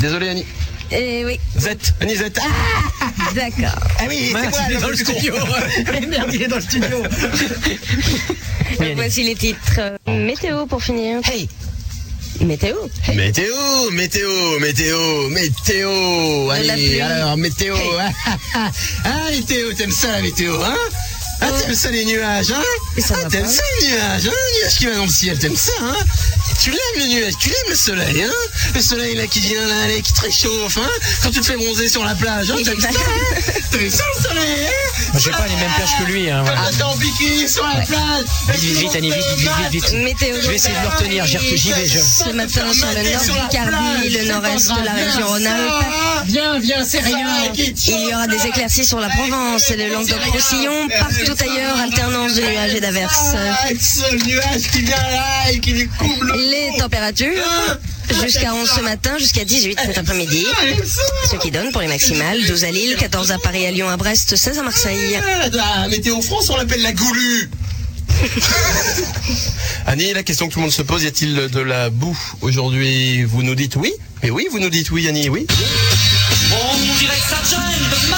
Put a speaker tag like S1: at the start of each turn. S1: Désolé Annie.
S2: Eh oui,
S1: Zette, Annie Zette. Ah,
S2: d'accord.
S1: ah oui, c'est
S3: Mince,
S1: moi,
S3: il est
S1: le
S3: dans le
S1: plus con.
S3: studio.
S1: Eh Merde, il est dans le studio.
S2: Donc voici les titres. Météo pour finir.
S1: Hey,
S2: Météo.
S1: Météo, météo, météo, météo.
S2: De la
S1: Allez,
S2: pluie.
S1: alors météo. Ah, météo, t'aimes ça la météo, hein Ah, t'aimes ça les nuages, hein
S2: Mais Euh. ça
S1: Ah,
S2: va
S1: t'aimes
S2: pas.
S1: ça les nuages, hein Les nuages qui va dans le ciel, t'aimes ça, hein Tu l'aimes les nuages, tu l'aimes le soleil, hein Le soleil là qui vient là, là, qui te réchauffe, hein Quand tu te fais bronzer sur la plage, hein, t'aimes ça, hein T'aimes ça le soleil, hein
S3: Moi, j'ai pas les mêmes plages que lui, hein, voilà.
S1: Quand t'es en bikini sur la plage
S3: Vite, vite, vite, Annie, vite, vite, vite, vite.
S2: Météo.
S3: Je vais essayer de le retenir, j'y re- j'y vais. je-
S2: Ce matin, sur le nord du Cardi, le nord-est de la région Rhône-Alpes.
S1: Viens, viens, c'est
S2: Il y aura des éclaircies sur la Provence et le Languedoc-Roussillon, partout ailleurs, alternance de nuages et d'averses.
S1: Ce nuage qui vient là et qui lui coupe le.
S2: Les températures, jusqu'à 11 ce matin, jusqu'à 18 cet après-midi. Ce qui donne pour les maximales 12 à Lille, 14 à Paris, à Lyon, à Brest, 16 à Marseille.
S1: La météo France, on l'appelle la goulue. Annie, la question que tout le monde se pose, y a-t-il de la boue aujourd'hui Vous nous dites oui Mais oui, vous nous dites oui, Annie, oui.
S4: On dirait que ça te gêne de